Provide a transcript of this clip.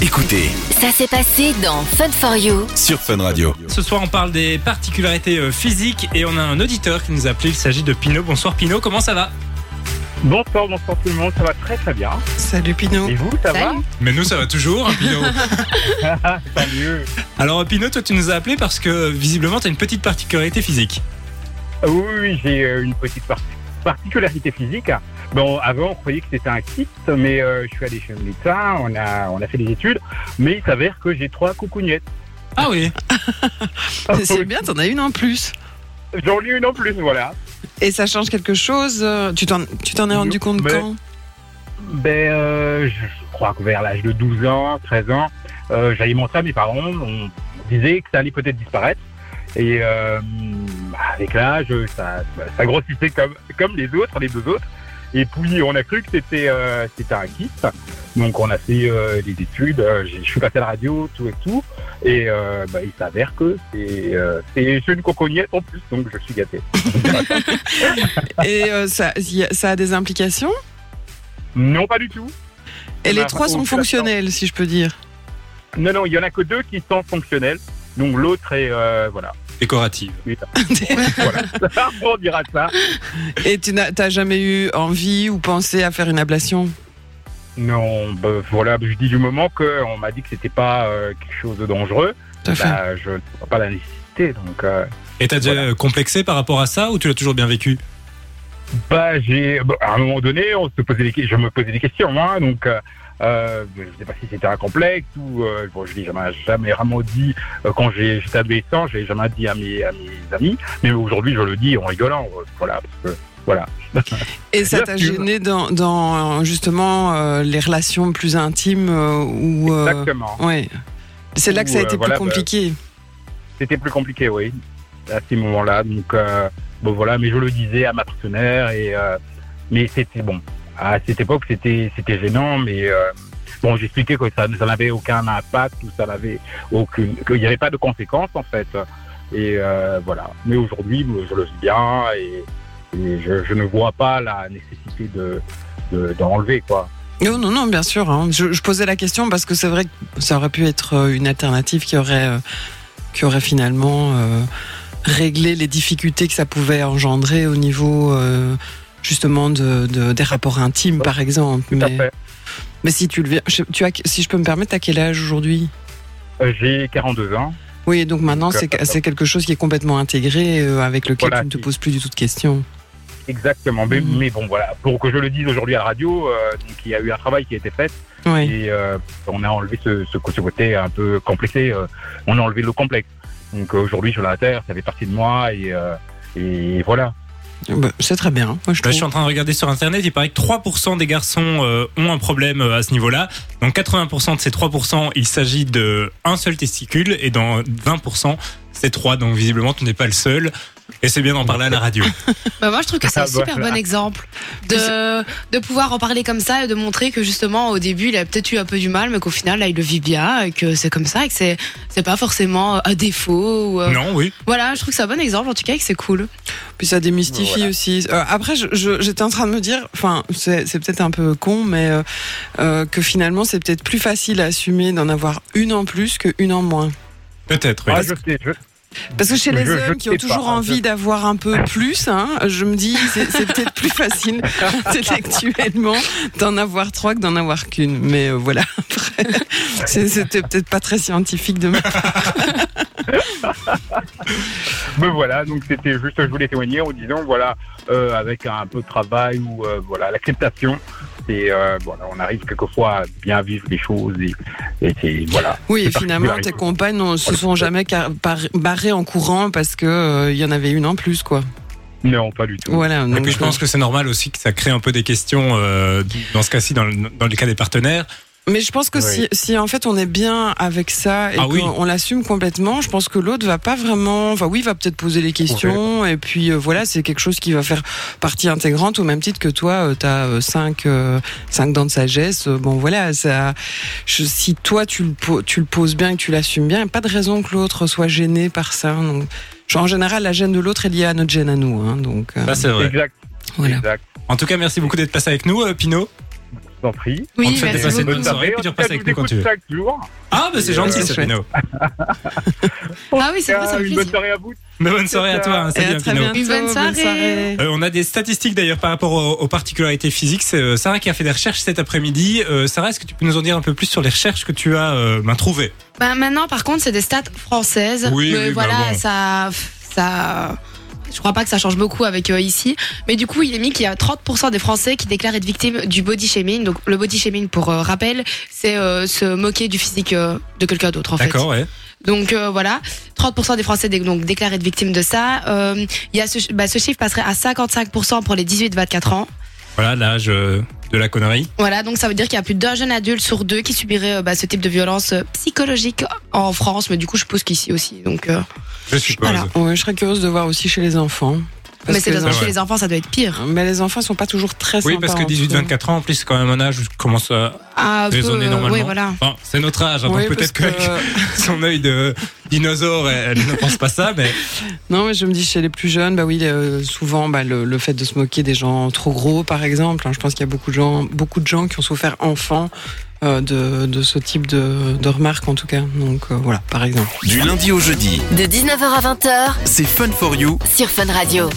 Écoutez Ça s'est passé dans Fun for You. sur Fun Radio. Ce soir, on parle des particularités euh, physiques et on a un auditeur qui nous a appelé. Il s'agit de Pino. Bonsoir Pino, comment ça va Bonsoir, bonsoir tout le monde, ça va très très bien. Salut Pinot. Et vous, ça Salut. Mais nous, ça va toujours, hein, Pino. va Tant mieux. Alors Pino, toi, tu nous as appelé parce que visiblement, tu as une petite particularité physique. Ah Oui, oui, oui, j'ai euh, une petite par- particularité physique. Bon, avant, on croyait que c'était un kyste, mais euh, je suis allé chez le médecin, on a, on a fait des études, mais il s'avère que j'ai trois coucougnettes. Ah oui Ah C'est bien, t'en as une en plus. J'en ai une en plus, voilà. Et ça change quelque chose euh, Tu t'en tu t'en es rendu compte Mais- quand Ben, euh, je, je crois que vers l'âge de 12 ans, 13 ans, euh, j'allais montrer à mes parents, on disait que ça allait peut-être disparaître. Et euh, bah, avec l'âge, ça, ça grossissait comme, comme les autres, les deux autres. Et puis, on a cru que c'était euh, c'était un kyste. Donc, on a fait euh, des études, euh, j'ai- je suis passé à la radio, tout et tout. Et euh, bah, il s'avère que c'est euh, c'est- c'est une cocognette en plus, donc je suis gâté. Et euh, ça, y a- ça a des implications Non, pas du tout. Et les Bah, trois on sont fait la fonctionnels, si je peux dire. Non, non, il y en a que deux qui sont fonctionnels. Donc, l'autre est, euh, voilà. Décorative. voilà. On dira ça. Et tu n'as t'as jamais eu envie ou pensé à faire une ablation Non, bah, voilà, je dis du moment qu'on m'a dit que c'était pas euh, quelque chose de dangereux, Tout à fait. bah, je ne vois pas la nécessité. Donc, euh, Et t'as déjà Voilà. euh, complexé par rapport à ça ou tu l'as toujours bien vécu bah, j'ai, bah, à un moment donné, on se posait des, que- je me posais des questions, moi. donc, euh, euh, je sais pas si c'était un complexe ou, euh, bon, je l'ai jamais, jamais vraiment dit euh, quand j'ai- j'étais adolescent, je l'ai jamais dit à mes, à mes amis, mais aujourd'hui, je le dis en rigolant, euh, voilà, parce que, voilà. Et ça Bien t'a sûr. gêné dans, dans, euh, justement euh, les relations plus intimes euh, ou euh, Exactement. ouais. C'est là que ça a Ou, euh, été plus voilà, bah, compliqué. c'était plus compliqué, oui, à ces moments-là. Donc, euh, bon, voilà, mais je le disais à ma partenaire, et, euh, mais c'était bon. À cette époque, c'était c'était gênant, mais euh, bon, j'expliquais que ça, ça n'avait aucun impact, ou ça n'avait aucune. qu'il n'y avait pas de conséquences, en fait. Et euh, voilà. Mais aujourd'hui, bon, je le vis bien, et, et je, je ne vois pas la nécessité de de- d'enlever, quoi. Non, non, non, bien sûr. hein. Je, je posais la question parce que c'est vrai que ça aurait pu être euh, une alternative qui aurait, euh, qui aurait finalement euh, réglé les difficultés que ça pouvait engendrer au niveau euh, justement de, de- des rapports intimes, par exemple. Tout à Mais, fait. mais si tu le vis- je- tu as, si je peux me permettre, à quel âge aujourd'hui Euh, J'ai 42 ans. Oui, donc maintenant Donc, c'est euh, c'est quelque chose qui est complètement intégré euh, avec lequel Voilà, tu ne te qui- poses plus du tout de questions. Exactement. Mais, Mhm. mais bon, voilà. Pour que je le dise aujourd'hui à la radio, euh, donc, il y a eu un travail qui a été fait. Oui. Et euh, on a enlevé ce, ce, ce côté un peu complexé. euh, on a enlevé le complexe. Donc euh, aujourd'hui, je l'intègre, ça fait partie de moi. Et, euh, et voilà. Bah, c'est très bien. Moi, je Là, trouve. je suis en train de regarder sur Internet, il paraît que 3% des garçons euh, ont un problème euh, à ce niveau-là. Dans 80% de ces 3%, il s'agit de un seul testicule et dans 20%, c'est 3. Donc visiblement, tu n'es pas le seul. Et c'est bien d'en parler à la radio. Bah, moi, je trouve que c'est Ah, un super voilà. bon exemple de, de pouvoir en parler comme ça et de montrer que justement, au début, il a peut-être eu un peu du mal, mais qu'au final, là, il le vit bien et que c'est comme ça et que c'est c'est pas forcément un défaut. ou, euh, Non, oui. Voilà, je trouve que c'est un bon exemple en tout cas et que c'est cool. Puis ça démystifie Voilà. aussi. Euh, après, je- je- j'étais en train de me dire, enfin, c'est c'est peut-être un peu con, mais euh, euh, que finalement, c'est peut-être plus facile à assumer d'en avoir une en plus qu'une en moins. Peut-être. oui. Ah, je sais, je- Parce que chez les Je- je hommes qui ont sais toujours pas, hein, envie je- d'avoir un peu plus, hein, je me dis, c'est c'est peut-être plus facile intellectuellement d'en avoir trois que d'en avoir qu'une. Mais euh, voilà, après, c'est- c'était peut-être pas très scientifique de ma me voilà. Donc c'était juste, je voulais témoigner en disant, voilà, euh, avec un peu de travail ou euh, voilà, l'acceptation. Et euh, voilà, on arrive quelquefois à bien vivre les choses. Et, et c'est, voilà. Oui, et C'est finalement, tes particulier. compagnes ne se Voilà. sont jamais car- par- barrées en courant parce que euh, il y en avait une en plus, quoi. Non, pas du tout. Voilà. Et donc, puis je pense que c'est normal aussi que ça crée un peu des questions euh, dans ce cas-ci, dans le, dans le cas des partenaires. Mais je pense que si, Oui. si en fait on est bien avec ça et Ah qu'on oui. on l'assume complètement, je pense que l'autre va pas vraiment. Enfin oui, va peut-être poser les questions et puis euh, voilà, c'est quelque chose qui va faire partie intégrante au même titre que toi, tu as 5 cinq dents de sagesse. euh, bon voilà, ça. je- si toi tu le po- tu le poses bien et que tu l'assumes bien, y a pas de raison que l'autre soit gêné par ça. hein, Donc, genre, en général, la gêne de l'autre est liée à notre gêne à nous. Hein, donc euh, Ça, Bah, c'est vrai. Exact, voilà. exact. En tout cas, merci beaucoup d'être passé avec nous, euh, Pino. je t'en prie. On Oui, te souhaite de merci passer une beaucoup. bonne soirée, puis tu repasses avec nous quand tu veux. chaque jour. Ah, bah c'est Et, gentil, euh, Sabino. Ah oui, c'est vrai, ça me une bonne fait plaisir. soirée à vous. Mais bonne soirée à toi. hein. Et Salut, à très Pino. bientôt, Une bonne soirée. Euh, on a des statistiques d'ailleurs par rapport aux, aux particularités physiques. C'est euh, Sarah qui a fait des recherches cet après-midi. Euh, Sarah, est-ce que tu peux nous en dire un peu plus sur les recherches que tu as euh, ben, trouvées Bah, maintenant, par contre, c'est des stats françaises. Oui, mais oui, bah voilà, bon. ça, ça. Je crois pas que ça change beaucoup avec euh, ici. Mais du coup, il est mis qu'il y a 30% des Français qui déclarent être victimes du body shaming. Donc, le body shaming, pour euh, rappel, c'est euh, se moquer du physique euh, de quelqu'un d'autre, en fait. D'accord, ouais. Donc euh, voilà, 30% des Français dé- donc, déclarent être victimes de ça. Euh, il y a ce, ch- bah, ce chiffre passerait à 55% pour les 18-24 ans. Voilà l'âge euh, de la connerie. Voilà, donc ça veut dire qu'il y a plus d'un jeune adulte sur deux qui subirait euh, bah, ce type de violence euh, psychologique en France, mais du coup je suppose qu'ici aussi. Donc, euh, Je suppose. Voilà. Ouais, je serais curieuse de voir aussi chez les enfants. Parce mais c'est que- dans- c'est chez vrai. les enfants, ça doit être pire. Mais les enfants sont pas toujours très Oui, sympas parce que entre eux. 18-24 ans, en plus, c'est quand même un âge où je commence à Ah, un peu, raisonner euh, normalement. oui, voilà. Enfin, c'est notre âge, hein, donc Oui, peut-être parce qu'avec son œil de dinosaure, elle, elle ne pense pas ça, mais Non, mais je me dis chez les plus jeunes, bah oui, euh, souvent bah, le, le fait de se moquer des gens trop gros, par exemple. hein, je pense qu'il y a beaucoup de gens, beaucoup de gens qui ont souffert enfants euh, de, de ce type de, de remarques, en tout cas. Donc euh, voilà, par exemple. Du lundi au jeudi, De 19h à 20h c'est Fun for You sur Fun Radio.